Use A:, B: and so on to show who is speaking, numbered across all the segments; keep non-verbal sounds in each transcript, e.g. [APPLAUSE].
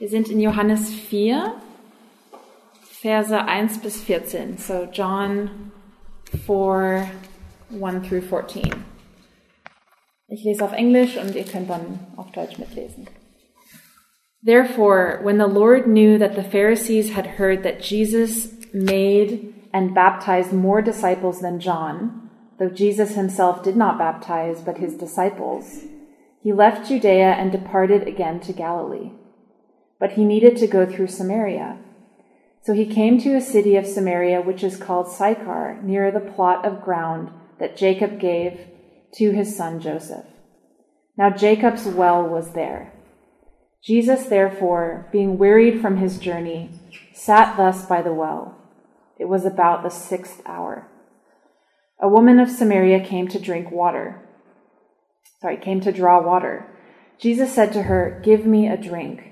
A: Wir sind in Johannes 4, Verse 1 bis 14. So John 4, 1 through 14. Ich lese auf Englisch und ihr könnt dann auf Deutsch mitlesen. Therefore, when the Lord knew that the Pharisees had heard that Jesus made and baptized more disciples than John, though Jesus himself did not baptize but his disciples, he left Judea and departed again to Galilee. But he needed to go through Samaria. So he came to a city of Samaria which is called Sychar, near the plot of ground that Jacob gave to his son Joseph. Now Jacob's well was there. Jesus, therefore, being wearied from his journey, sat thus by the well. It was about the sixth hour. A woman of Samaria came to drink water. Sorry, came to draw water. Jesus said to her, Give me a drink.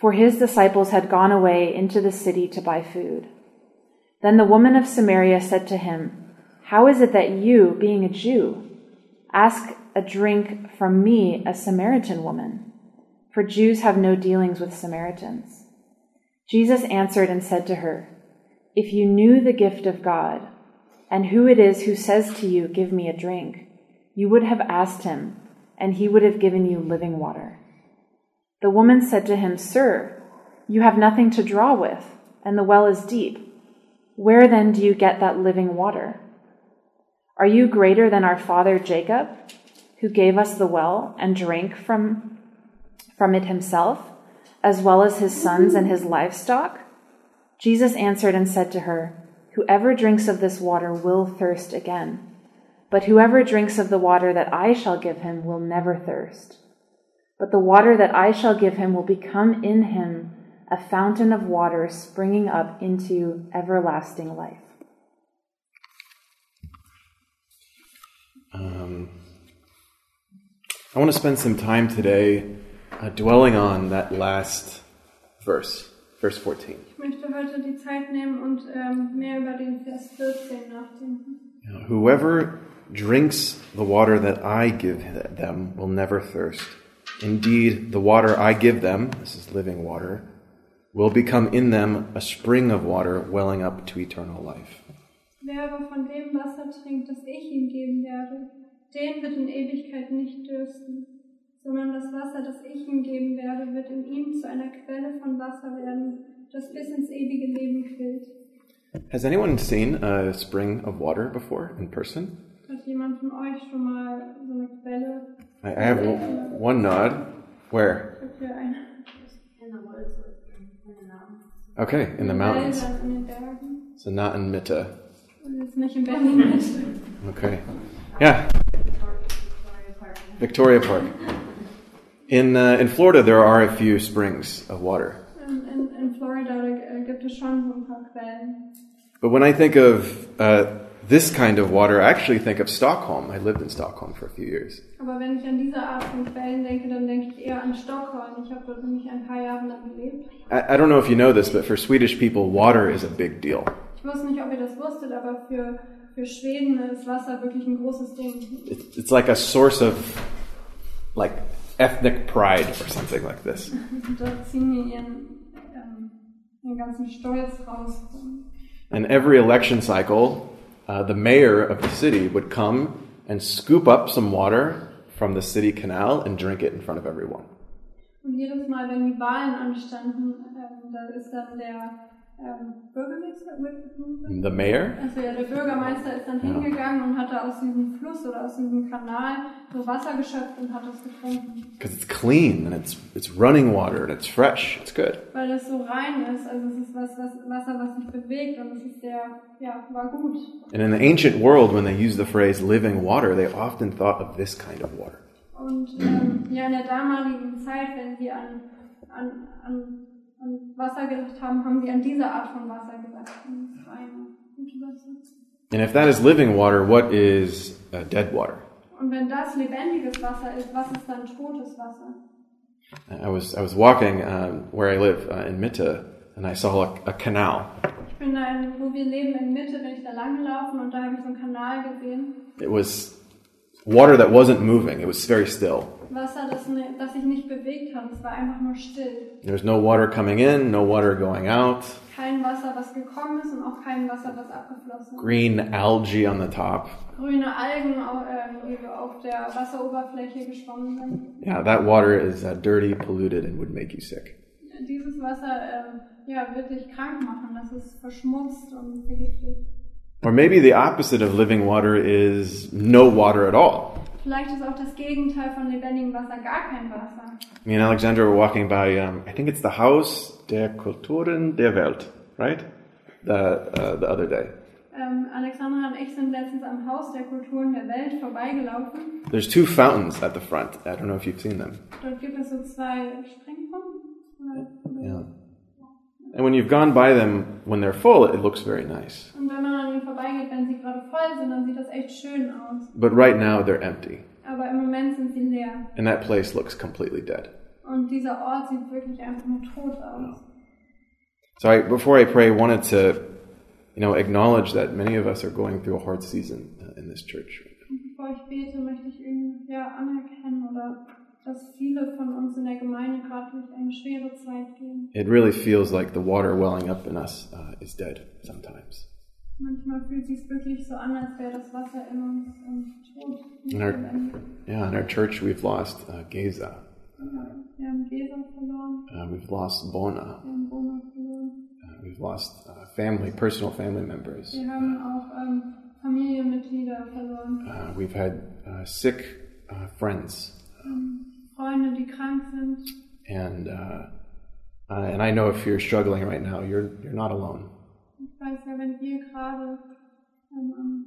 A: For his disciples had gone away into the city to buy food. Then the woman of Samaria said to him, How is it that you, being a Jew, ask a drink from me, a Samaritan woman? for Jews have no dealings with Samaritans. Jesus answered and said to her, If you knew the gift of God, and who it is who says to you, 'Give me a drink, you would have asked him, and he would have given you living water. The woman said to him, Sir, you have nothing to draw with, and the well is deep. Where then do you get that living water? Are you greater than our father Jacob, who gave us the well and drank from from it himself, as well as his sons and his livestock? Jesus answered and said to her, Whoever drinks of this water will thirst again, but whoever drinks of the water that I shall give him will never thirst. But the water that I shall give him will become in him a fountain of water springing up into everlasting life.
B: Um, I want to spend some time today Uh, dwelling on that last verse, verse 14.
C: Ich möchte heute die Zeit nehmen und ähm, mehr über den Vers 14 nachdenken.
B: Now, Whoever drinks the water that I give them will never thirst. Indeed, the water I give them, this is living water, will become in them a spring of water welling up to eternal life.
C: Wer aber von dem Wasser trinkt, das ich ihm geben werde, den wird in Ewigkeit nicht dürsten, sondern das Wasser, das ich ihm geben werde, wird in ihm zu einer Quelle von Wasser werden, das bis ins ewige Leben quillt.
B: Has anyone seen a spring of water before in person?
C: Hat jemand von euch schon mal so eine Quelle
B: I, I have one one nod. Where?
C: für eine
B: Okay, in the mountains.
C: Wälder, in den Bergen?
B: So not in Mitta.
C: Und jetzt nicht in Berlin.
B: [LAUGHS] Okay. Yeah. Victoria Park. In, uh, in Florida, there are a few springs of water.
C: In, in, in Florida da, äh, gibt es schon so ein paar Quellen.
B: But when I think of uh, this kind of water, I actually think of Stockholm. I lived in Stockholm for a few years.
C: Aber wenn ich an diese Art von Quellen denke, dann denke ich eher an Stockholm. Ich habe dort nämlich ein paar Jahre lang gelebt.
B: I, I don't know if you know this, but for Swedish people, water is a big deal.
C: Ich wusste nicht, ob ihr das wusstet, aber für, für Schweden ist Wasser wirklich ein großes Ding.
B: It's, it's like a source of like ethnic pride or something like this.
C: Und dort ziehen die ihren, ähm, ihren ganzen Stolz raus.
B: And every election cycle, uh, the mayor of the city would come and scoop up some water from the city canal and drink it in front of everyone.
C: Und jedes Mal, wenn die Wahlen anstanden, ähm, da ist dann der ähm, Bürgermeister.
B: The mayor
C: Also ja, der Bürgermeister ist dann hingegangen und hat da aus diesem Fluss oder aus diesem Kanal so Wasser geschöpft und hat das getrunken,
B: because it's clean and it's it's running water and it's fresh. It's good.
C: weil es so rein ist. Also es ist was, was Wasser, was sich bewegt und es ist sehr, ja, war gut.
B: And in the ancient world, when they used the phrase "living water," they often thought of this kind of water.
C: Und ähm, ja, in der damaligen Zeit, wenn sie an, an, an, an Wasser gedacht haben, haben sie an diese Art von Wasser gedacht. Und das reine, gute Wasser.
B: And if that is living water, what is uh, dead water?
C: Und wenn das lebendiges Wasser ist, was ist dann totes Wasser?
B: I was I was walking um, where I live uh, in Mitta, and I saw a, a canal.
C: Ich bin da, in, wo wir leben, in Mitte, bin ich da lang gelaufen und da habe ich so einen Kanal gesehen.
B: It was water that wasn't moving. It was very still.
C: Wasser, das, ne, das sich nicht bewegt hat. Es war einfach nur still.
B: There's no water coming in, no water going out.
C: Kein Wasser, was gekommen ist und auch kein Wasser, was abgeflossen ist.
B: Green algae on the top.
C: Grüne Algen, au- ähm, die auf der Wasseroberfläche geschwommen sind.
B: Yeah, that water is uh, dirty, polluted, and would make you sick.
C: Dieses Wasser ähm, ja, wird dich krank machen. Das ist verschmutzt und vergiftet.
B: Or maybe the opposite of living water is no water at all.
C: Vielleicht ist auch das Gegenteil von lebendigem Wasser gar kein Wasser.
B: Me and Alexandra were walking by, um, I think it's the Haus der Kulturen der Welt, right? The, uh, the other day.
C: Ähm, Alexandra und ich sind letztens am Haus der Kulturen der Welt vorbeigelaufen.
B: There's two fountains at the front. I don't know if you've seen them.
C: Dort gibt es so zwei Springbrunnen.
B: Yeah. And when you've gone by them, when they're full, it looks very nice.
C: Und wenn man an ihnen vorbeigeht, wenn sie gerade voll sind, dann sieht das echt schön aus.
B: But right now, they're empty.
C: Aber im Moment sind sie leer.
B: And that place looks completely dead.
C: Und dieser Ort sieht wirklich einfach nur tot aus.
B: So I, before I pray, I wanted to, you know, acknowledge that many of us are going through a hard season uh, in this church.
C: Und bevor ich bete, möchte ich irgendwie ja, anerkennen oder dass viele von uns in der Gemeinde gerade durch eine schwere Zeit gehen.
B: It really feels like the water welling up in us uh, is dead sometimes.
C: Manchmal fühlt es sich wirklich so an, als wäre das Wasser in uns ähm, tot.
B: In
C: Wir
B: our,
C: haben
B: yeah, in our church, we've lost uh, Geza,
C: Gläser verloren,
B: uh, we've lost Bona,
C: wir haben Bohnen verloren.
B: uh, we've lost uh, family, personal family members.
C: Wir haben auch ähm, Familienmitglieder verloren,
B: Uh, we've had uh, sick uh, friends,
C: Freunde, die krank sind.
B: and uh, uh, and I know if you're struggling right now, you're you're not alone.
C: Ich weiß ja, wenn ihr gerade ähm, ähm,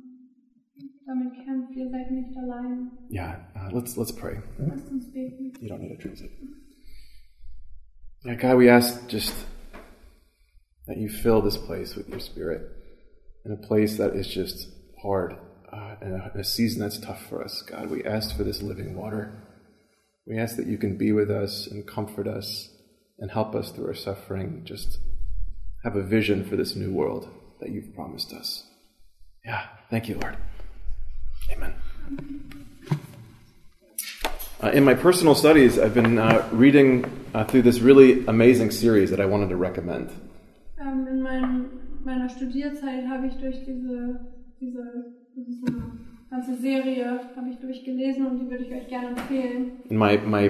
C: damit kämpft, ihr seid nicht allein.
B: Yeah, uh, let's let's pray.
C: Lasst uns beten.
B: You don't need to translate. Yeah, God, we ask just that you fill this place with your spirit in a place that is just hard uh, and a, a season that's tough for us. God, we ask for this living water. We ask that you can be with us and comfort us and help us through our suffering. Just have a vision for this new world that you've promised us. Yeah, thank you, Lord. Amen. Uh, in my personal studies, I've been uh, reading uh, through this really amazing series that I wanted to recommend.
C: Ähm, in meinem, meiner Studierzeit habe ich durch diese, diese, diese ganze Serie habe ich durchgelesen und die würde ich euch gerne empfehlen.
B: In my, my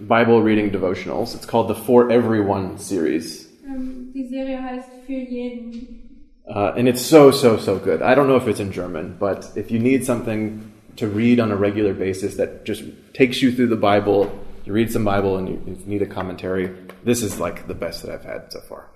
B: Bible reading devotionals, it's called the For Everyone series.
C: Ähm, die Serie heißt Für jeden.
B: Uh, and it's so, so, so good. I don't know if it's in German, but if you need something to read on a regular basis that just takes you through the Bible, you read some Bible and you, you need a commentary, this is like the best that I've had so far.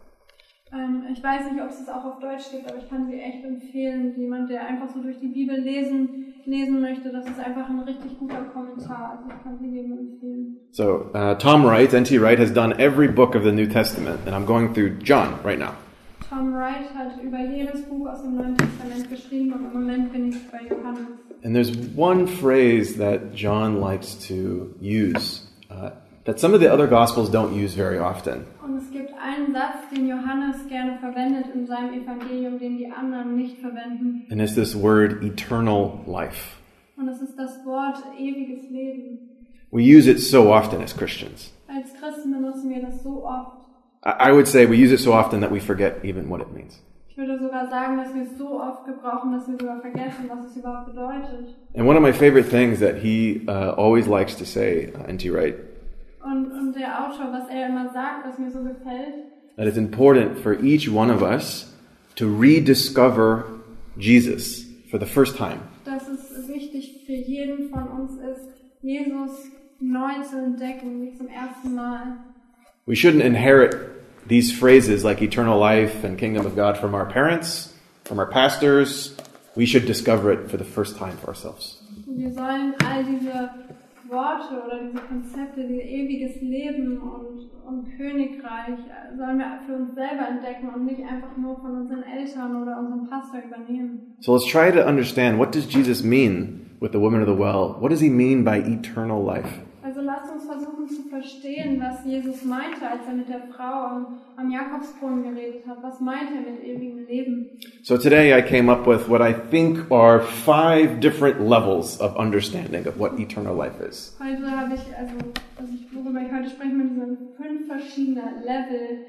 C: Ähm, ich weiß nicht, ob es das auch auf Deutsch gibt, aber ich kann sie echt empfehlen. Jemand, der einfach so durch die Bibel lesen, lesen möchte, das ist einfach ein richtig guter Kommentar. Also ich kann sie jedem empfehlen.
B: So, uh, Tom Wright, N.T. Wright, has done every book of the New Testament, and I'm going through John right now.
C: Tom Wright hat über jedes Buch aus dem Neuen Testament geschrieben und im Moment bin ich bei Johannes.
B: And there's one phrase that John likes to use uh, that some of the other Gospels don't use very often.
C: Und es gibt einen Satz, den Johannes gerne verwendet in seinem Evangelium, den die anderen nicht verwenden.
B: And it's this word, eternal life.
C: Und das ist das Wort ewiges Leben.
B: We use it so often as Christians.
C: Als Christen benutzen wir das so oft.
B: I, I would say we use it so often that we forget even what it means.
C: Ich würde sogar sagen, dass wir es so oft gebrauchen, dass wir sogar vergessen, was es überhaupt bedeutet.
B: And one of my favorite things that he uh, always likes to say, uh, N.T. Wright,
C: Und, und der Autor, was er immer sagt, was mir so gefällt,
B: that it's important for each one of us to rediscover Jesus for the first time.
C: dass es wichtig für jeden von uns ist, Jesus neu zu entdecken, wie zum ersten Mal.
B: We shouldn't inherit these phrases like eternal life and kingdom of God from our parents, from our pastors. We should discover it for the first time for ourselves.
C: Und wir sollen all diese Worte oder diese Konzepte, dieses ewiges Leben und, und Königreich, äh, sollen wir für uns selber entdecken und nicht einfach nur von unseren Eltern oder unserem Pastor übernehmen.
B: So let's try to understand what does Jesus mean with the woman of the well? What does he mean by eternal life?
C: Also lasst uns versuchen zu verstehen, was Jesus meinte, als er mit der Frau am, am Jakobsbrunnen geredet hat. Was meint er mit ewigem Leben?
B: So today I came up with what I think are five different levels of understanding of what eternal life is.
C: Heute habe ich, also, also ich, worüber ich heute spreche, mit diesen fünf verschiedenen Level,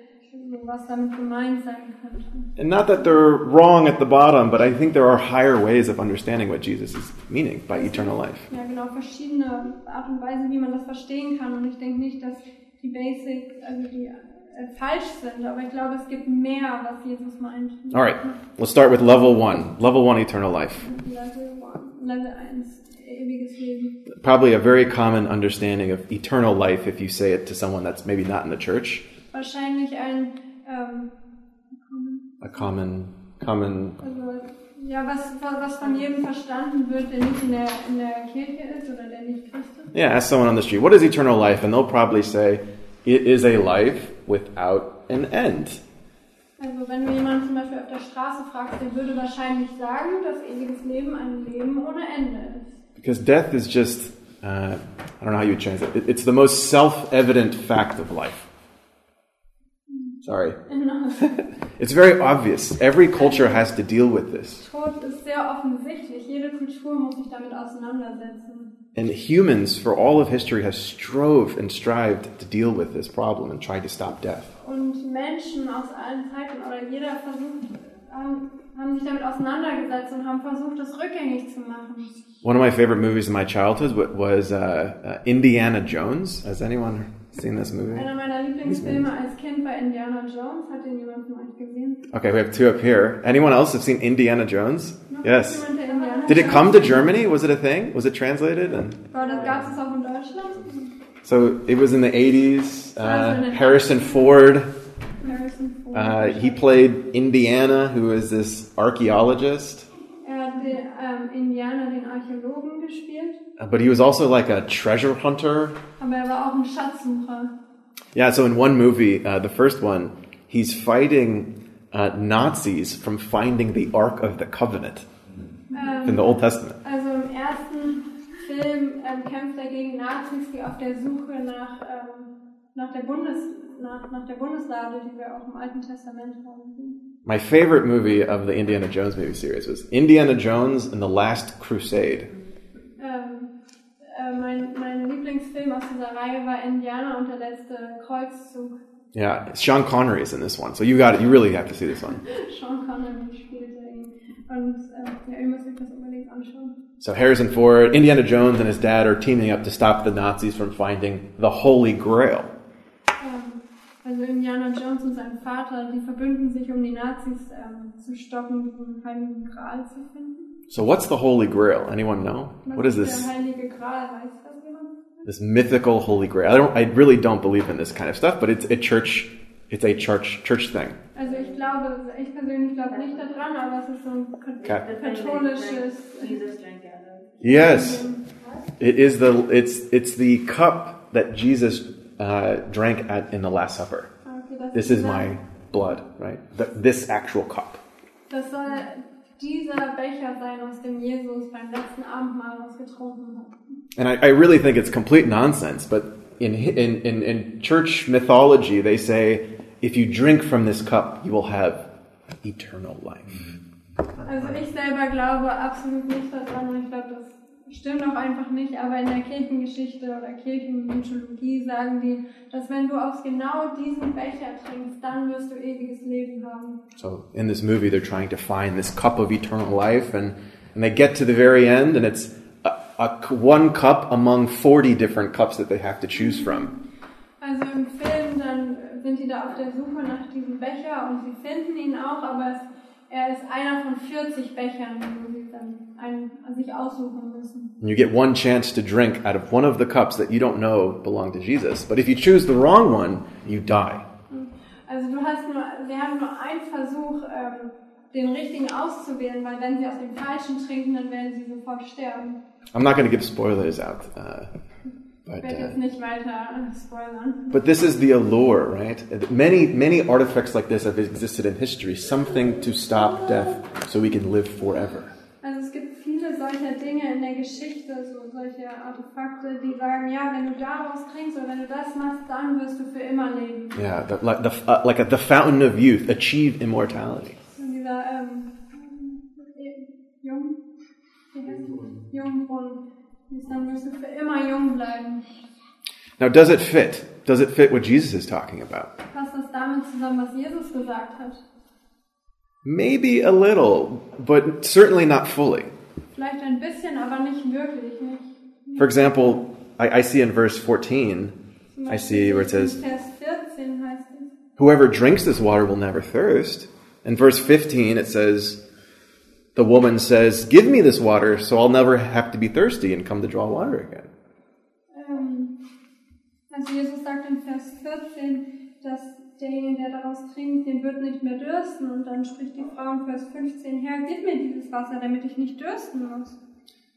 C: so was damit gemeint sein könnte.
B: And not that they're wrong at the bottom, but I think there are higher ways of understanding what Jesus is meaning by eternal life.
C: Ja, genau, verschiedene Art und Weise, wie man das verstehen kann. Und ich denke nicht, dass die Basics, also die äh, falsch sind, aber ich glaube, es gibt mehr, was Jesus meint.
B: All right, let's start with level one. Level one, eternal life.
C: Level 1, Level 1, ewiges Leben.
B: Probably a very common understanding of eternal life if you say it to someone that's maybe not in the church.
C: Wahrscheinlich ein, ähm,
B: A common, common
C: also, ja, was, was von jedem verstanden wird, der nicht in der, in der Kirche ist oder der nicht Christ ist.
B: Yeah, ask someone on the street, what is eternal life? And they'll probably say, it is a life without an end.
C: Also wenn du jemanden zum Beispiel auf der Straße fragst, der würde wahrscheinlich sagen, dass ewiges Leben ein Leben ohne Ende ist. [LAUGHS]
B: Because death is just, uh, I don't know how you would translate it, it's the most self evident fact of life. Sorry.
C: Genau.
B: It's very obvious. Every culture has to deal with this.
C: Tod ist sehr offensichtlich. Jede Kultur muss sich damit auseinandersetzen.
B: And humans, for all of history, have strove and strived to deal with this problem and tried to stop death.
C: Und Menschen aus allen Zeiten oder jeder versucht, haben, haben sich damit auseinandergesetzt und haben versucht, es rückgängig zu machen.
B: One of my favorite movies in my childhood wa- was uh, uh, Indiana Jones. Has anyone seen this movie?
C: Einer meiner Lieblingsfilme als Kind war Indiana Jones. Hat den jemand von euch gesehen?
B: Okay, we have two up here. Anyone else have seen Indiana Jones?
C: Noch
B: Yes.
C: Jemand, der Indiana
B: Did it
C: Jones-
B: come to Germany? Was it a thing? Was it translated? And
C: War das gab es auch in Deutschland?
B: so it was in the 80s. Uh, Harrison Ford,
C: Harrison Ford.
B: uh, he played Indiana, who is this archaeologist,
C: Er hat den ähm, Indianer, den Archäologen, gespielt,
B: uh, but he was also like a treasure hunter.
C: aber er war auch ein Schatzsucher.
B: Yeah, so in one movie, uh, the first one, he's fighting uh, Nazis from finding the Ark of the Covenant
C: Ähm,
B: in the Old Testament.
C: Also im ersten Film ähm, kämpft er gegen Nazis, die auf der Suche nach, ähm, nach, der Bundes, nach, nach der Bundeslade, die wir auch im Alten Testament haben. sind.
B: My favorite movie of the Indiana Jones movie series was Indiana Jones and the Last Crusade.
C: Ähm, äh, mein, mein Lieblingsfilm aus dieser Reihe war Indianer und der letzte Kreuzzug.
B: Yeah, Sean Connery is in this one, so you got it. You really have to see this one.
C: Sean Connery spielte ihn. Und ähm, ja, ihr müsst euch das unbedingt anschauen.
B: So Harrison Ford, Indiana Jones, and his dad are teaming up to stop the Nazis from finding the Holy Grail.
C: Ähm, also Indiana Jones und sein Vater, die verbünden sich, um die Nazis ähm, zu stoppen, diesen heiligen Gral zu finden.
B: So what's the Holy Grail? Anyone know? What is this?
C: Der heilige Gral, weiß das jemand?
B: This mythical Holy Grail. I don't. I really don't believe in this kind of stuff, but it's a church. It's a church church thing.
C: Also ich glaube, ich persönlich glaube nicht daran, aber es ist so ein kat-
B: Okay.
D: The thing they drank,
C: katholisches...
D: Jesus drank out of.
B: Yes, it is the. It's it's the cup that Jesus uh, drank at in the Last Supper.
C: Okay, das
B: This is my blood, right? Th this actual cup.
C: Das soll dieser Becher sein, aus dem Jesus beim letzten Abendmahl was getrunken hat.
B: And I, I really think it's complete nonsense, but in, in, in, in church mythology, they say, if you drink from this cup, you will have eternal life.
C: Also ich selber glaube absolut nicht daran und ich glaube, das stimmt auch einfach nicht, aber in der Kirchengeschichte oder Kirchenmythologie sagen die, dass wenn du aus genau diesem Becher trinkst, dann wirst du ewiges Leben haben.
B: So in this movie, they're trying to find this cup of eternal life, and, and they get to the very end, and it's a, a c- one cup among 40 different cups that they have to choose from.
C: Also im Film, dann sind die da auf der Suche nach diesem Becher und sie finden ihn auch, aber es, er ist einer von 40 Bechern, wo sie dann einen, sich aussuchen müssen.
B: And you get one chance to drink out of one of the cups that you don't know belong to Jesus. But if you choose the wrong one, you die.
C: Also du hast nur, sie haben nur einen Versuch, ähm, den richtigen auszuwählen, weil wenn sie aus dem falschen trinken, dann werden sie sofort sterben.
B: I'm not going to give spoilers out, uh, but
C: Ich werde
B: uh,
C: jetzt nicht weiter äh, spoilern.
B: but this is the allure, right? Many many artifacts like this have existed in history. Something to stop death, so we can live forever.
C: Also es gibt viele solcher Dinge in der Geschichte, so solche Artefakte, die sagen, ja, wenn du daraus trinkst oder wenn du das machst, dann wirst du für immer leben.
B: Yeah, that, like, the, uh, like the fountain of youth, achieve immortality.
C: Und dieser ähm, äh, Jung, wie heißt die? Jungbrunnen. Und Dann wirst du für immer jung bleiben.
B: Now, does it fit? Does it fit what Jesus is talking about?
C: Passt das damit zusammen, was Jesus gesagt hat?
B: Maybe a little, but certainly not fully.
C: Vielleicht ein bisschen, aber nicht wirklich. Nicht.
B: For example, I, I see in verse 14,
C: Zum
B: I see where it says,
C: in Vers 14 heißt es.
B: Whoever drinks this water will never thirst. In verse 15, it says, The woman says, Give me this water so I'll never have to be thirsty and come to draw water again.
C: Ähm, also Jesus sagt in Vers 14, dass derjenige, der daraus trinkt, den wird nicht mehr dürsten. Und dann spricht die Frau in Vers 15, Herr, gib mir dieses Wasser, damit ich nicht dürsten muss.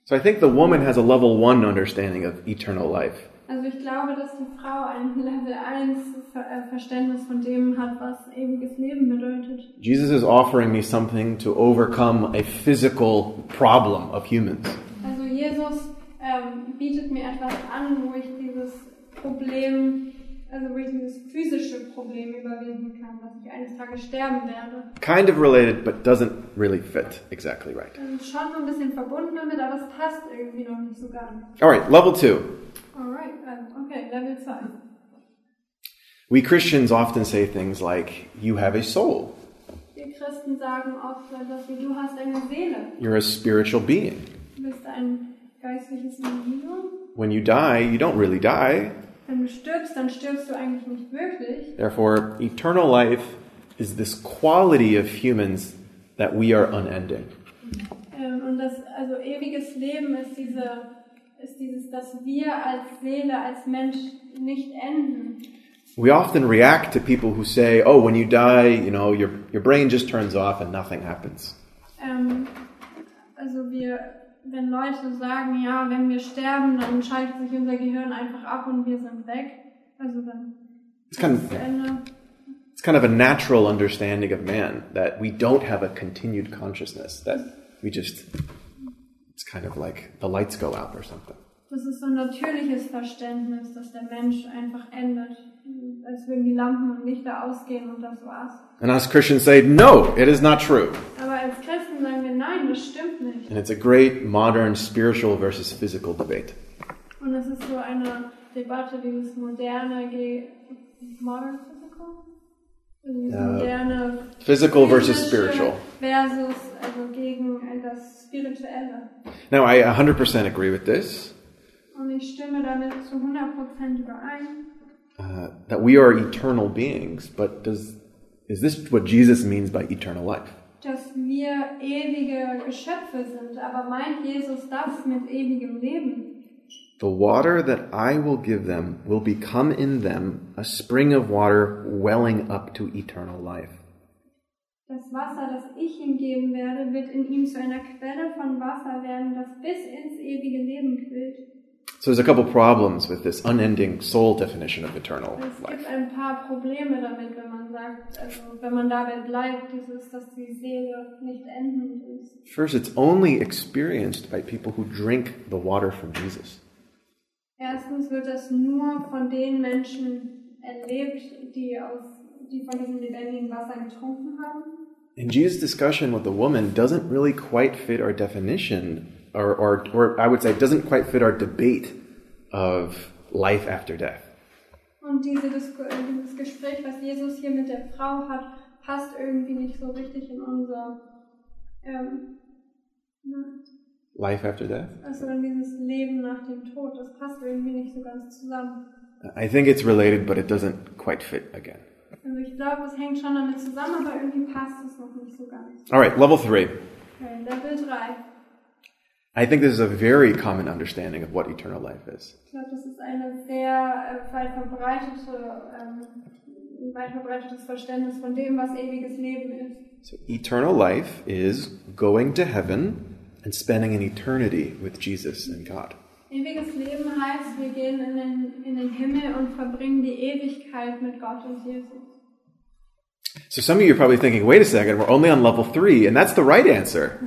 B: So I think the woman has a level one understanding of eternal life.
C: Also ich glaube, dass die Frau ein [LAUGHS] Level 1 Ver äh, Verständnis von dem hat, was ewiges Leben bedeutet.
B: Jesus is offering me something to overcome a physical problem of humans.
C: Also Jesus ähm, bietet mir etwas an, wo ich dieses Problem, also wo ich dieses physische Problem überwinden kann, dass ich eines Tages sterben werde.
B: Kind of related, but doesn't really fit exactly right.
C: Also schon so ein bisschen verbunden damit, aber es passt irgendwie noch nicht so ganz.
B: All right, level two.
C: Alright, also, okay, Level 2.
B: We Christians often say things like, You have a soul,
C: Wir Christen sagen oft, dass wir, du hast eine Seele.
B: you're a spiritual being.
C: Du bist ein geistliches Individuum.
B: When you die, you don't really die.
C: Wenn du stirbst, dann stirbst du eigentlich nicht wirklich.
B: Therefore, eternal life is this quality of humans that we are unending.
C: Ähm, Und das, also ewiges Leben ist diese, ist dieses, dass wir als Seele, als Mensch nicht enden.
B: We often react to people who say, "Oh, when you die, you know, your your brain just turns off and nothing happens."
C: Ähm, also wir, wenn Leute sagen, ja, wenn wir sterben, dann schaltet sich unser Gehirn einfach ab und wir sind weg. Also dann
B: It's kind
C: ist
B: of
C: Ende.
B: it's kind of a natural understanding of man that we don't have a continued consciousness that we just it's kind of like the lights go out or something.
C: Das ist so ein natürliches Verständnis, dass der Mensch einfach endet. Als würden die Lampen und Lichter ausgehen und das war's.
B: And us Christians say, "No, it is not true."
C: Aber als Christen sagen wir, nein, das stimmt nicht.
B: And it's a great modern spiritual versus physical debate.
C: Und es ist so eine Debatte, dieses moderne, ge modern physical? Also dieses
B: Ja.
C: moderne
B: Physical versus
C: physische
B: spiritual.
C: Versus, also gegen das Spirituelle.
B: Now, I 100% agree with this.
C: Und ich stimme damit zu 100% überein.
B: uh, that we are eternal beings, but does is this what Jesus means by eternal life?
C: dass wir ewige Geschöpfe sind, aber meint Jesus das mit ewigem Leben?
B: The water that I will give them will become in them a spring of water welling up to eternal life.
C: Das Wasser, das ich ihm geben werde, wird in ihm zu einer Quelle von Wasser werden, das bis ins ewige Leben quillt.
B: So there's a couple problems with this unending soul definition of eternal
C: Es gibt
B: life.
C: ein paar Probleme damit, wenn man sagt, also wenn man dabei bleibt, dieses, dass die Seele nicht endend ist.
B: First, it's only experienced by people who drink the water from Jesus.
C: Erstens wird das nur von den Menschen erlebt, die aus, die von diesem lebendigen Wasser getrunken haben.
B: And Jesus' discussion with the woman doesn't really quite fit our definition, or, or, or I would say, doesn't quite fit our debate of life after death.
C: Und diese Disku äh, dieses Gespräch, was Jesus hier mit der Frau hat, passt irgendwie nicht so richtig in unser, ähm, na,
B: Life after death?
C: also in dieses Leben nach dem Tod. Das passt irgendwie nicht so ganz zusammen.
B: I think it's related, but it doesn't quite fit again.
C: Also ich glaube, es hängt schon damit zusammen, aber irgendwie passt es noch nicht so ganz.
B: All right, level three.
C: Okay, Level 3.
B: I think this is a very common understanding of what eternal life is.
C: Ich glaube, das ist eine sehr äh, weit verbreitete, ähm, weit verbreitetes Verständnis von dem, was ewiges Leben ist.
B: So, eternal life is going to heaven and spending an eternity with Jesus and God.
C: Ewiges Leben heißt, wir gehen in den, in den Himmel und verbringen die Ewigkeit mit Gott und Jesus.
B: So, some of you are probably thinking, wait a second, we're only on level three, and that's the right answer.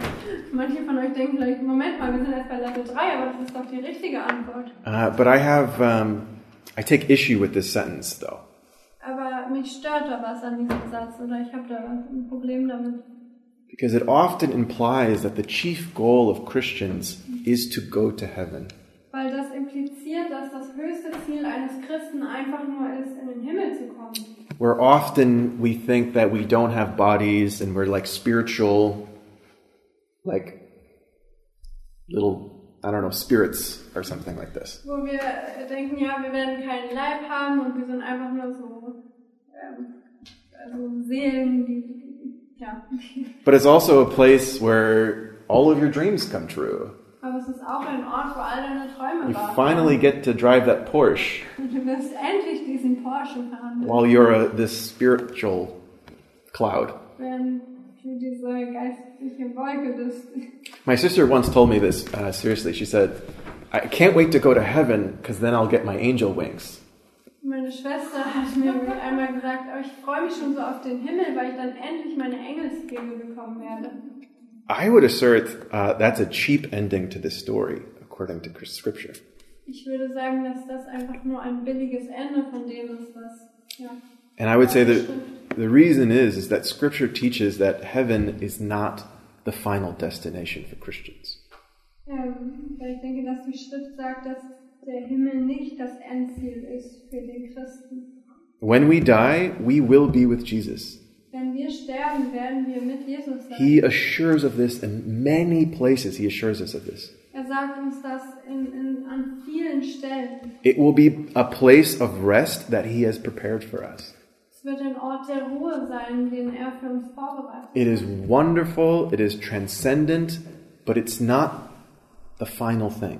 C: Manche von euch denken vielleicht, Moment mal, wir sind erst bei Level 3, aber das ist doch die richtige Antwort.
B: Uh, but I have, um, I take issue with this sentence though.
C: Aber mich stört da was an diesem Satz oder ich habe da ein Problem damit.
B: Because it often implies that the chief goal of Christians is to go to heaven.
C: Weil das impliziert, dass das höchste Ziel eines Christen einfach nur ist, in den Himmel zu kommen.
B: Where often we think that we don't have bodies and we're like spiritual, like little, I don't know, spirits or something like this.
C: Wo wir äh, denken, ja, wir werden keinen Leib haben und wir sind einfach nur so ähm, also Seelen, die, ja.
B: But it's also a place where all of your dreams come true.
C: Aber es ist auch ein Ort, wo all deine Träume
B: You
C: waren.
B: finally get to drive that Porsche
C: [LAUGHS] Du wirst endlich diesen Porsche fahren,
B: while you're uh this spiritual cloud.
C: wenn du diese geistliche Wolke bist.
B: My sister once told me this uh, seriously. She said, I can't wait to go to heaven because then I'll get my angel wings.
C: Meine Schwester hat mir einmal gesagt, oh, ich freue mich schon so auf den Himmel, weil ich dann endlich meine Engelsflügel bekommen werde.
B: I would assert uh, that's a cheap ending to this story, according to Scripture.
C: Ich würde sagen, dass das einfach nur ein billiges Ende von dem ist, was. Ja.
B: And I would say that the reason is, is that Scripture teaches that heaven is not the final destination for Christians.
C: Ähm, weil ich denke, dass die Schrift sagt, dass der Himmel nicht das Endziel ist für den Christen.
B: When we die, we will be with Jesus.
C: Wenn wir sterben, werden wir mit Jesus sein.
B: He assures of this in many places. He assures us of this.
C: Er sagt uns das in, in, an vielen Stellen.
B: It will be a place of rest that He has prepared for us.
C: Es wird ein Ort der Ruhe sein, den er für uns vorbereitet.
B: It is wonderful, it is transcendent, but it's not the final thing.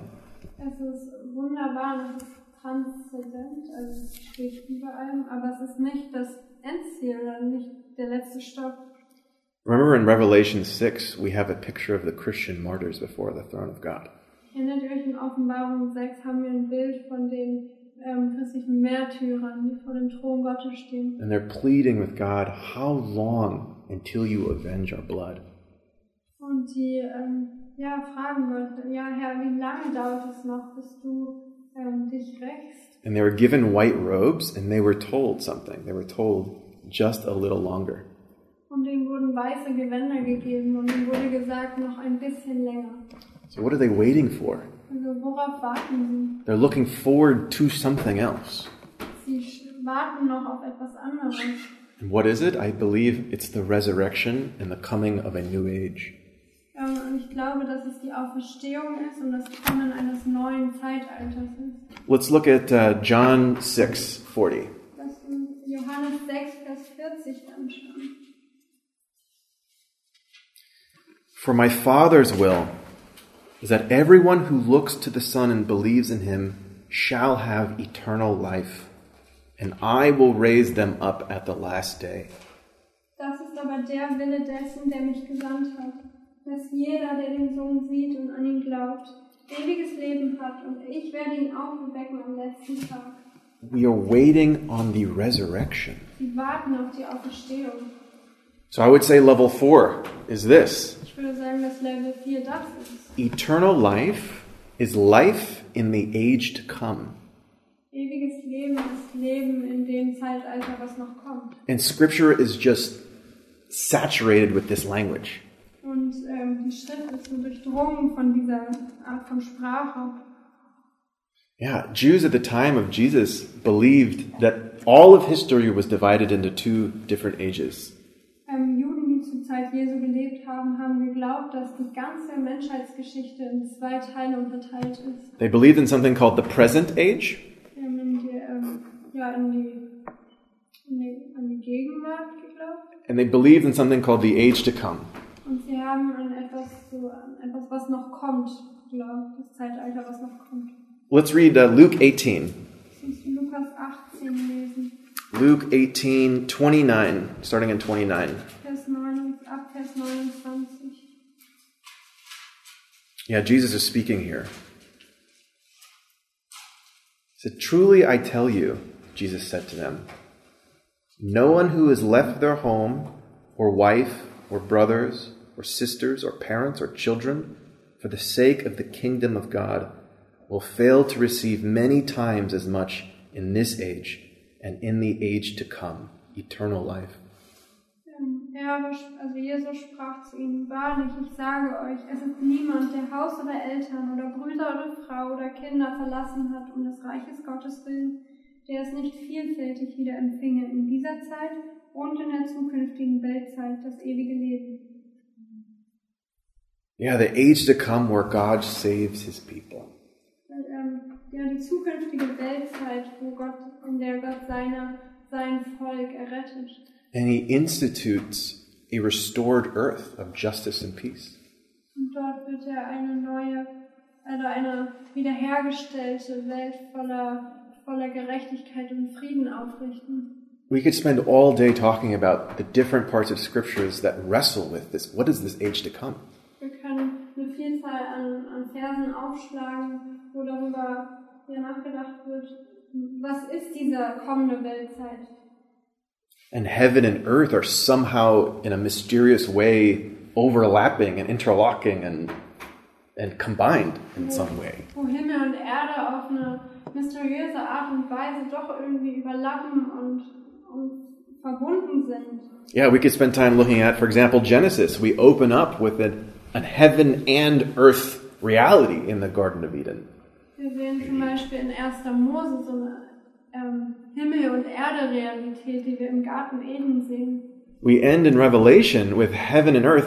C: Es ist wunderbar und es ist transzendent, also es steht über allem, aber es ist nicht das Endziel oder nicht der letzte Stopp.
B: Remember in Revelation 6, we have a picture of the Christian martyrs before the throne of God.
C: Erinnert ihr euch, in Offenbarung 6 haben wir ein Bild von den ähm, christlichen Märtyrern, die vor dem Thron Gottes stehen.
B: And they're pleading with God, How long until you avenge our blood?
C: Und die ähm, ja, fragen wollten, ja Herr, wie lange dauert es noch, bis du ähm, dich rächst?
B: And they were given white robes and they were told something. They were told just a little longer.
C: Und ihm wurden weiße Gewänder gegeben und ihm wurde gesagt, noch ein bisschen länger.
B: So, what are they waiting for?
C: Also worauf warten
B: They're looking forward to something else.
C: sie? Sie sch- warten noch auf etwas anderes.
B: And what is it? I believe it's the resurrection and the coming of a new age.
C: Ähm, Und ich glaube, dass es die Auferstehung ist und das Kommen eines neuen Zeitalters ist.
B: Let's look at uh, John 6 40.
C: Lass uns Johannes 6, Vers 40 anschauen.
B: For my Father's will is that everyone who looks to the Son and believes in him shall have eternal life, and I will raise them up at the last day.
C: Das ist aber der Wille dessen, der mich gesandt hat, dass jeder, der den Sohn sieht und an ihn glaubt, ewiges Leben hat und ich werde ihn aufwecken am letzten Tag.
B: We are waiting on the resurrection.
C: Sie warten auf die Auferstehung.
B: So I would say level four is this
C: Ich würde sagen, dass Level 4 das ist.
B: eternal life is life in the age to come.
C: Ewiges Leben ist Leben in dem Zeitalter, was noch kommt.
B: And scripture is just saturated with this language.
C: Und ähm, die Schrift ist so durchdrungen von dieser Art von Sprache.
B: Yeah, Jews at the time of Jesus believed that all of history was divided into two different ages.
C: Ähm, Juden, die zur Zeit Jesu gelebt haben, haben geglaubt, dass die ganze Menschheitsgeschichte in zwei Teile unterteilt ist.
B: They believed in something called the present age,
C: Ähm, in die, ähm, ja, in die, in die, an die Gegenwart geglaubt.
B: and they believed in something called the age to come.
C: Und sie haben an etwas, so, an etwas, was noch kommt, geglaubt. Das Zeitalter, was noch kommt.
B: Let's read uh, Luke 18.
C: Kannst du Lukas 18 lesen,
B: Luke 18, 29, starting in 29.
C: Vers 9, ab Vers 29.
B: Yeah, Jesus is speaking here. He said, Truly I tell you, Jesus said to them, no one who has left their home, or wife, or brothers, or sisters or parents or children for the sake of the kingdom of God will fail to receive many times as much in this age and in the age to come eternal life.
C: Ähm, Er, aber sp- also Jesus sprach zu ihnen, wahrlich, ich sage euch, es ist niemand, der Haus oder Eltern oder Brüder oder Frau oder Kinder verlassen hat um des Reiches Gottes willen, der es nicht vielfältig wieder empfinge in dieser Zeit und in der zukünftigen Weltzeit das ewige Leben.
B: Yeah, the age to come where God saves his people.
C: Weil, ähm, ja, die zukünftige Weltzeit, wo Gott, in der Gott seine, sein Volk errettet.
B: And he institutes a restored earth of justice and peace.
C: Und dort wird er eine neue, also eine wiederhergestellte Welt voller, voller Gerechtigkeit und Frieden aufrichten.
B: We could spend all day talking about the different parts of scriptures that wrestle with this. What is this age to come?
C: Wir können eine Vielzahl an, an Versen aufschlagen, wo darüber ja, nachgedacht wird, was ist diese kommende Weltzeit?
B: And heaven and earth are somehow, in a mysterious way, overlapping and interlocking and, and combined in some way.
C: Wo Himmel und Erde auf eine mysteriöse Art und Weise doch irgendwie überlappen und, und verbunden sind.
B: Yeah, we could spend time looking at, for example, Genesis. We open up with an, an heaven and earth reality in the Garden of Eden.
C: Wir sehen zum Beispiel in 1. Mose so eine ähm, Himmel- und Erde-Realität, die wir im Garten Eden sehen.
B: We end in Revelation with heaven and earth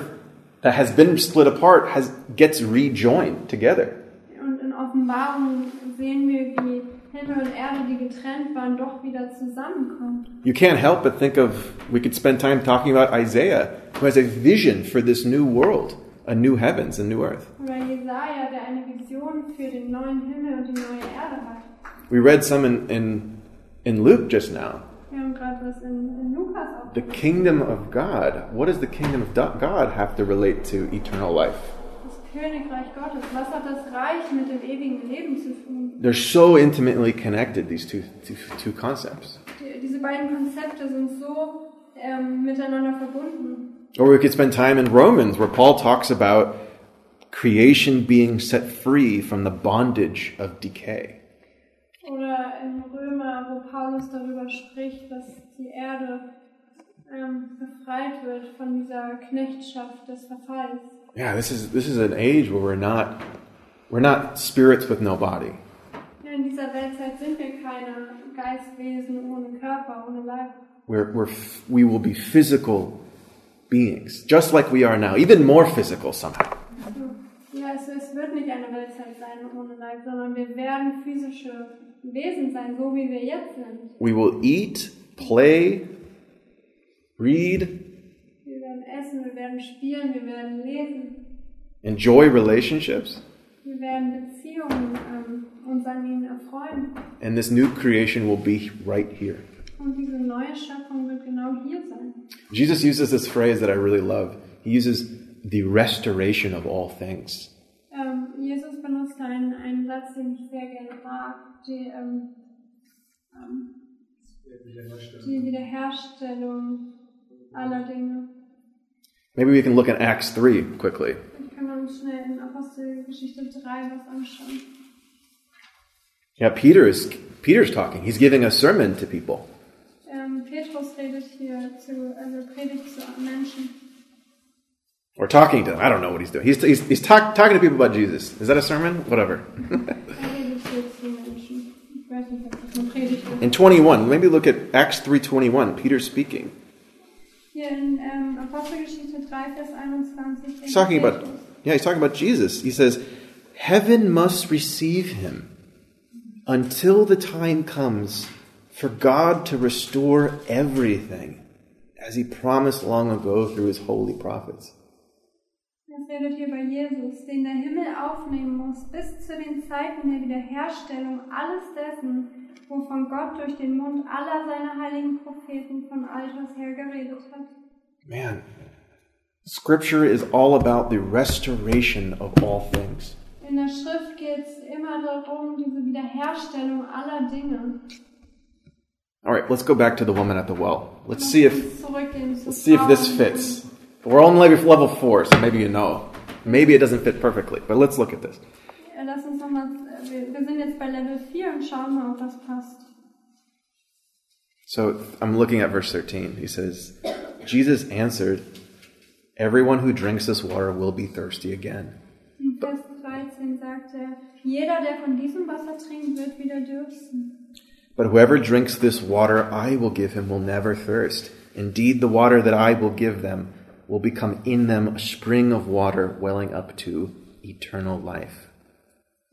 B: that has been split apart has gets rejoined together.
C: Und in Offenbarung sehen wir, wie Himmel und Erde, die getrennt waren, doch wieder zusammenkommen.
B: You can't help but think of we could spend time talking about Isaiah, who has a vision for this new world, a new heavens, a new earth.
C: Oder Jesaja, der eine Vision für den neuen Himmel und die neue Erde hat.
B: We read some in in, in Luke just now.
C: Wir haben gerade was in, in Lukas auch.
B: The kingdom of God. What does the kingdom of Do- God have to relate to eternal life?
C: Das Königreich Gottes. Was hat das Reich mit dem ewigen Leben zu tun?
B: They're so intimately connected, these two, two, two concepts.
C: Die, diese beiden Konzepte sind so ähm, miteinander verbunden.
B: Or we could spend time in Romans, where Paul talks about creation being set free from the bondage of decay.
C: Oder in Römer, wo Paulus darüber spricht, dass die Erde ähm, befreit wird von dieser Knechtschaft des Verfalls.
B: Yeah, this is, this is an age where we're not, we're not spirits with no body.
C: Ja, in dieser Weltzeit sind wir keine Geistwesen ohne Körper, ohne Leib.
B: We're, we're, f- we will be physical beings, just like we are now, even more physical somehow.
C: Ja, es, es wird nicht eine Weltzeit sein ohne Leib, sondern wir werden physische Wesen sein, so wie wir jetzt sind.
B: We will eat, play, read,
C: Wir werden essen, wir werden spielen, wir werden lesen,
B: enjoy relationships.
C: wir werden Beziehungen ähm, uns an ihnen erfreuen.
B: And this new creation will be right here.
C: Und diese neue Schöpfung wird genau hier sein.
B: Jesus uses this phrase that I really love. He uses the restoration of all things.
C: Ähm, Jesus benutzt einen, einen Satz, den ich sehr gerne mag, die, ähm, ähm, die Wiederherstellung aller Dinge.
B: Maybe we can look at Acts 3 quickly.
C: Und können wir uns schnell in Apostelgeschichte 3 was anschauen.
B: Yeah, Peter is Peter's talking. He's giving a sermon to people.
C: Ähm, Petrus redet hier zu, also predigt zu Menschen.
B: Or talking to them. I don't know what he's doing. He's, he's, he's talk, talking to people about Jesus. Is that a sermon? Whatever.
C: Er redet hier zu Menschen. Ich weiß nicht, ob das eine Predigt ist.
B: In 21, maybe look at Acts 3.21, Peter speaking.
C: Hier in ähm, Apostelgeschichte 3, Vers 21.
B: He's talking
C: redet
B: about,
C: Petrus.
B: yeah, he's talking about Jesus. He says, Heaven must receive him until the time comes for God to restore everything as he promised long ago through his holy prophets.
C: Es redet hier bei Jesus, den der Himmel aufnehmen muss, bis zu den Zeiten der Wiederherstellung alles dessen, wovon Gott durch den Mund aller seiner heiligen Propheten von Alters her geredet hat.
B: Man, scripture is all about the restoration of all things.
C: In der Schrift geht es immer darum, diese Wiederherstellung aller Dinge.
B: All right, let's go back to the woman at the well. Let's see if
C: Zurückgehen zu
B: let's see if this
C: Frauen
B: fits.
C: und
B: But we're only level four, so maybe you know. Maybe it doesn't fit perfectly, but let's look at this.
C: Äh, Lass uns nochmal, wir, wir sind jetzt bei Level 4 und schauen mal, ob das passt.
B: So I'm looking at verse 13. He says, Jesus answered, Everyone who drinks this water will be thirsty again.
C: In Vers 13 sagt er, jeder, der von diesem Wasser trinkt, wird wieder dürsten.
B: But whoever drinks this water I will give him will never thirst. Indeed, the water that I will give them will become in them a spring of water welling up to eternal life.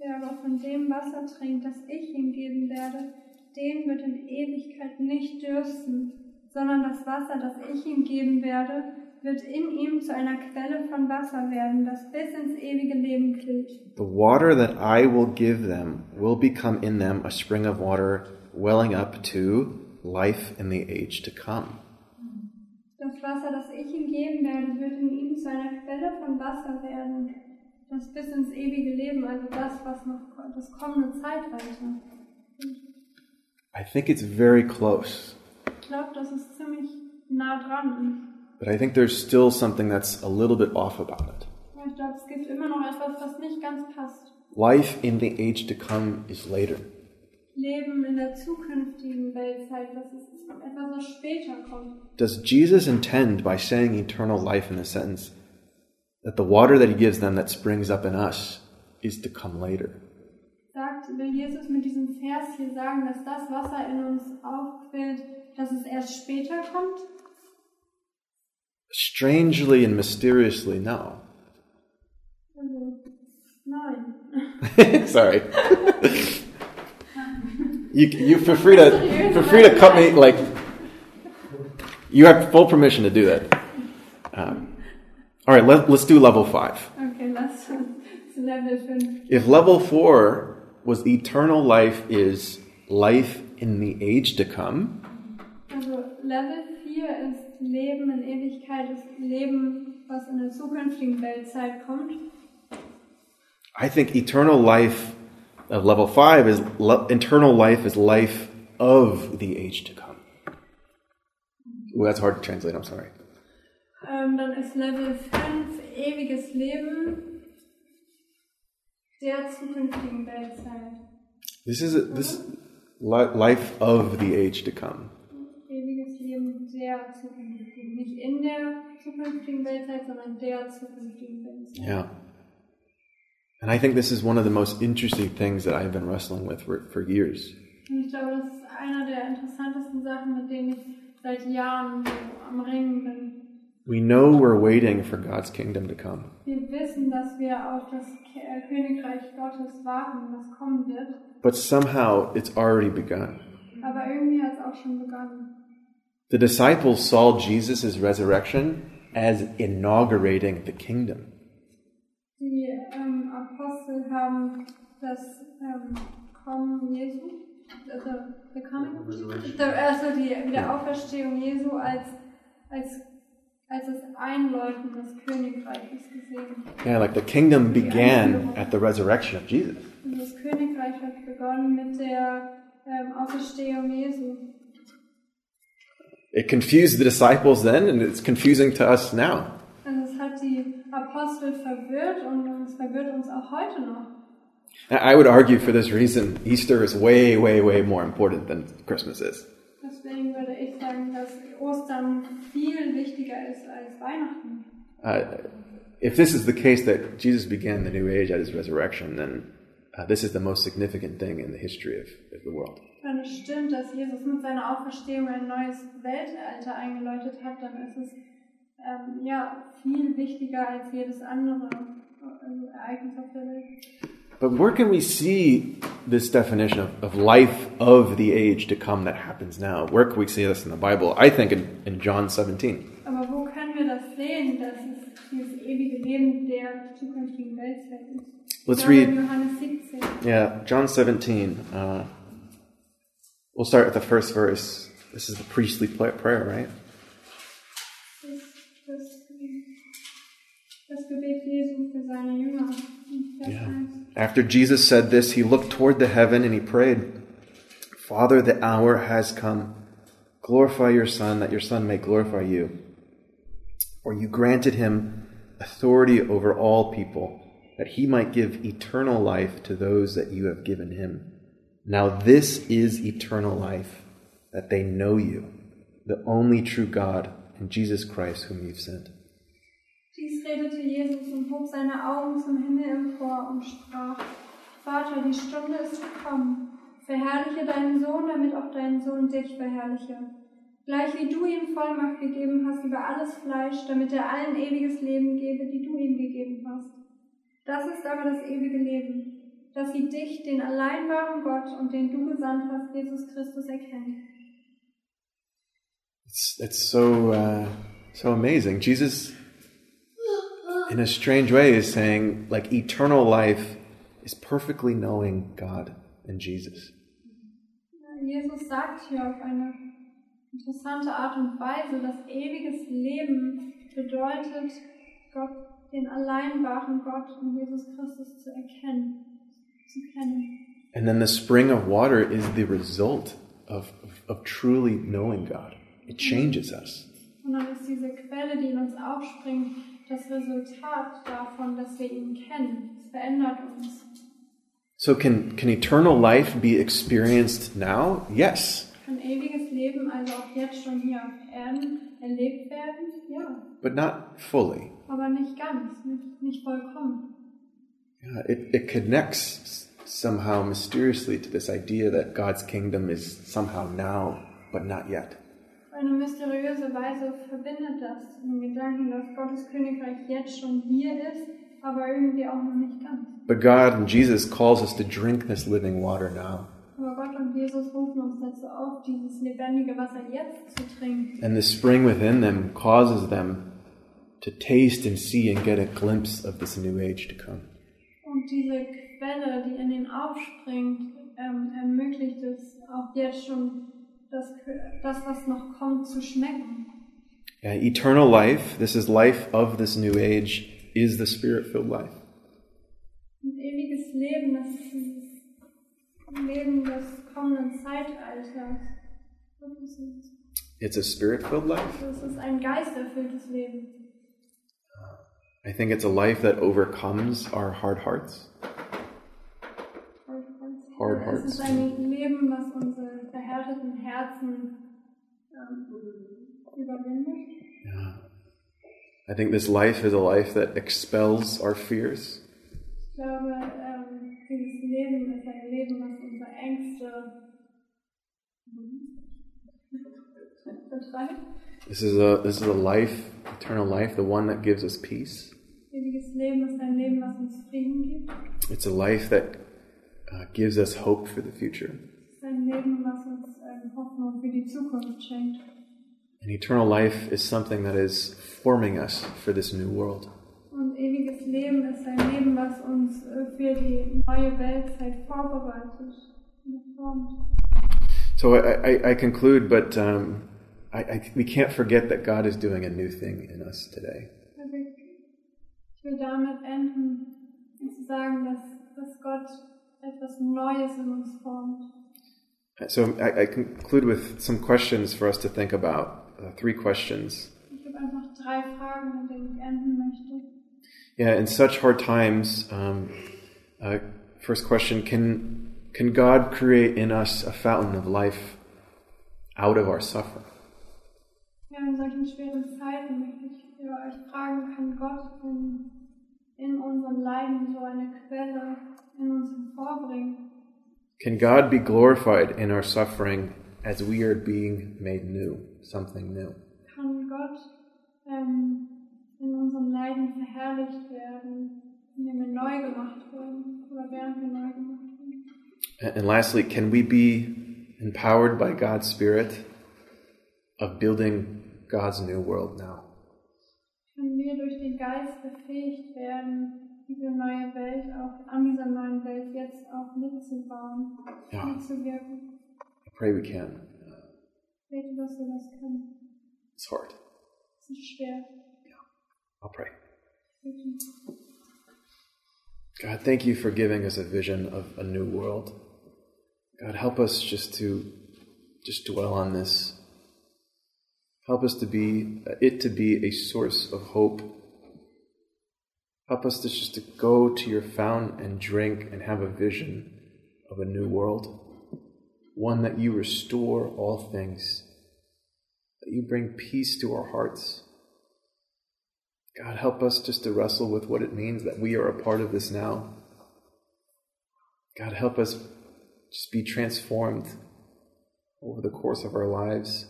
C: Wer aber von dem Wasser trinkt, das ich ihm geben werde, dem wird in Ewigkeit nicht dürsten, sondern das Wasser, das ich ihm geben werde, wird in ihm zu einer Quelle von Wasser werden, das bis ins ewige Leben quillt.
B: The water that I will give them will become in them a spring of water welling up to life in the age to come.
C: Das Wasser, das ich ihm geben werde, wird in ihm zu einer Quelle von Wasser werden, das bis ins ewige Leben, also das, was noch ko- das kommende Zeitalter.
B: I think it's very close,
C: Ich glaube, das ist ziemlich nah dran.
B: but I think there's still something that's a little bit off about it.
C: Aber Ich glaube, es gibt immer noch etwas, was nicht ganz passt.
B: Life in the age to come is later.
C: Leben in der zukünftigen Weltzeit, das ist etwas, was später kommt.
B: Does Jesus intend by saying eternal life in this sentence that the water that he gives them that springs up in us is to come later?
C: Sagt, will Jesus mit diesem Vers hier sagen, dass das Wasser in uns aufquillt, dass es erst später kommt?
B: Strangely and mysteriously, no. [LAUGHS]
C: Also, nein.
B: Sorry. [LAUGHS] you you feel free to feel free to cut me like you have full permission to do that. Um, all right, let, let's do level five.
C: Okay, lass uns zu Level 5.
B: If level four was eternal life is life in the age to come,
C: Also Level 4 ist Leben in Ewigkeit, ist Leben, was in der zukünftigen Weltzeit kommt.
B: I think eternal life of level five is le- eternal life is life of the age to come. Ooh, that's hard to translate. I'm sorry.
C: Ähm, dann ist Level 5 ewiges Leben der zukünftigen Weltzeit.
B: This is this li- life of the age to come.
C: Ewiges Leben der zukünftigen. Nicht in der zukünftigen Weltzeit, sondern der zukünftigen Weltzeit.
B: Yeah. And I think this is one of the most interesting things that I've been wrestling with for, for years.
C: Und ich glaube, das ist einer der interessantesten Sachen, mit denen ich seit Jahren so am Ringen bin.
B: We know we're waiting for God's kingdom to come.
C: Wir wissen, dass wir auf das K- äh, Königreich Gottes warten, das kommen wird.
B: But somehow it's already begun.
C: Aber irgendwie hat es auch schon begonnen.
B: The disciples saw Jesus' resurrection as inaugurating the kingdom.
C: Die ähm, Apostel haben das ähm, Kommen Jesu, also the coming, the, also die Wiederauferstehung Jesu als, als, als das Einläuten des Königreiches gesehen.
B: Yeah, like the kingdom began at the resurrection of Jesus.
C: Und das Königreich hat begonnen mit der ähm, Auferstehung Jesu.
B: It confused the disciples then, and it's confusing to us now.
C: Also es hat die Apostel verwirrt und es verwirrt uns auch heute noch.
B: I I would argue for this reason, Easter is way, way, way more important than Christmas is.
C: Deswegen würde ich sagen, dass Ostern viel wichtiger ist als Weihnachten.
B: Uh, if this is the case that Jesus began the new age at his resurrection, then uh, this is the most significant thing in the history of, of the world.
C: Wenn es stimmt, dass Jesus mit seiner Auferstehung ein neues Weltalter eingeläutet hat, dann ist es ähm, ja viel wichtiger als jedes andere äh, Ereignis auf der Welt.
B: But where can we see this definition of, of life of the age to come that happens now? Where can we see this in the Bible? I think in, in John 17.
C: Aber wo können wir das sehen, dass es dieses ewige Leben der zukünftigen Weltzeit ist?
B: Let's
C: Ich glaube, in
B: read.
C: Johannes 17.
B: Yeah, John 17. Uh, we'll start with the first verse. This is the priestly pla- prayer, right?
C: Das, das, das Gebet Jesu für seine Jünger. in Vers
B: Yeah.
C: 1.
B: After Jesus said this, he looked toward the heaven and he prayed, Father, the hour has come. Glorify your Son, that your Son may glorify you. or you granted him authority over all people, that he might give eternal life to those that you have given him. Now this is eternal life, that they know you, the only true God, and Jesus Christ, whom you've sent.
C: Dies redete Jesus und hob seine Augen zum Himmel empor und sprach, Vater, die Stunde ist gekommen. Verherrliche deinen Sohn, damit auch dein Sohn dich verherrliche. Gleich wie du ihm Vollmacht gegeben hast über alles Fleisch, damit er allen ewiges Leben gebe, die du ihm gegeben hast. Das ist aber das ewige Leben, dass sie dich, den allein wahren Gott und den du gesandt hast, Jesus Christus, erkennen.
B: It's, it's so, uh, so amazing. Jesus, in a strange way, is saying, like, eternal life is perfectly knowing God and Jesus.
C: Jesus sagt hier auf eine interessante Art und Weise, dass ewiges Leben bedeutet, Gott, den allein wahren Gott und Jesus Christus zu erkennen, zu kennen.
B: And then the spring of water is the result of, of, of truly knowing God. It changes us.
C: Und dann ist diese Quelle, die in uns aufspringt, das Resultat davon, dass wir ihn kennen. Es verändert uns.
B: So, can, can eternal life be experienced now? Yes.
C: Kann ewiges Leben also auch jetzt schon hier auf Erden erlebt werden? Ja,
B: But not fully.
C: aber nicht ganz, nicht, nicht vollkommen.
B: Yeah, it, it connects somehow mysteriously to this idea that God's kingdom is somehow now, but not yet.
C: Auf eine mysteriöse Weise verbindet das den Gedanken, dass Gottes Königreich jetzt schon hier ist, aber irgendwie auch noch nicht ganz.
B: But God and Jesus calls us to drink this living water now.
C: Aber Gott und Jesus rufen uns dazu auf, dieses lebendige Wasser jetzt zu trinken.
B: And the spring within them causes them to taste and see and get a glimpse of this new age to come.
C: Und diese Quelle, die in ihn aufspringt, ähm, ermöglicht es auch jetzt schon, das, das, was noch kommt, zu schmecken.
B: Yeah, eternal life, this is life of this new age, is the spirit filled life.
C: Ein ewiges Leben, das ist dieses Leben des kommenden Zeitalters.
B: It's a spirit filled life.
C: Das ist ein geisterfülltes Leben.
B: I think it's a life that overcomes our hard hearts. Hard
C: Es ist
B: hearts.
C: ein Leben, was unsere verhärteten Herzen ähm, überwindet.
B: Yeah. I think this life is a life that expels our fears.
C: Ich glaube, ähm, dieses Leben ist ein Leben, was unsere Ängste vertreibt.
B: This is a this is a life, eternal life, the one that gives us peace.
C: Ewiges Leben ist ein Leben, was uns Frieden gibt.
B: It's a life that uh, gives us hope for the future.
C: Es ist ein Leben, was uns ähm, Hoffnung für die Zukunft schenkt.
B: And eternal life is something that is forming us for this new world.
C: Und ewiges Leben ist ein Leben, was uns äh, für die neue Weltzeit vorbereitet und formt.
B: So I, I, I conclude, but um, I, I, we can't forget that God is doing a new thing in us today.
C: Ich will damit enden, um zu sagen, dass, dass Gott etwas Neues in uns formt.
B: So I, I conclude with some questions for us to think about. Uh, three questions.
C: Ich habe einfach drei Fragen, mit denen ich enden möchte.
B: Yeah, in such hard times, um, uh, first question: Can can God create in us a fountain of life out of our suffering?
C: Ja, in solchen schweren Zeiten möchte ich für euch fragen, kann Gott in, in unserem Leiden so eine Quelle in uns hervorbringen?
B: Can God be glorified in our suffering as we are being made new, something new?
C: Kann Gott ähm, in unserem Leiden verherrlicht werden, indem wir neu gemacht wurden oder während wir neu gemacht wurden?
B: And and lastly, can we be empowered by God's Spirit of building God's new world now?
C: können wir durch den Geist befähigt werden, diese neue Welt auch an dieser neuen Welt jetzt auch mitzubauen,
B: Ja.
C: mitzuwirken.
B: I pray we can.
C: Bete, dass wir das können.
B: It's hard.
C: Es ist schwer.
B: I'll pray.
C: Beten.
B: God, thank you for giving us a vision of a new world. God, help us just to just dwell on this. Help us to be uh, it to be a source of hope. Help us to just to go to your fountain and drink and have a vision of a new world, one that you restore all things, that you bring peace to our hearts. God, help us just to wrestle with what it means that we are a part of this now. God, help us just be transformed over the course of our lives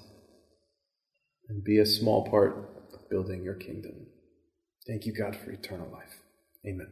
B: and be a small part of building your kingdom. Thank you, God, for eternal life. Amen.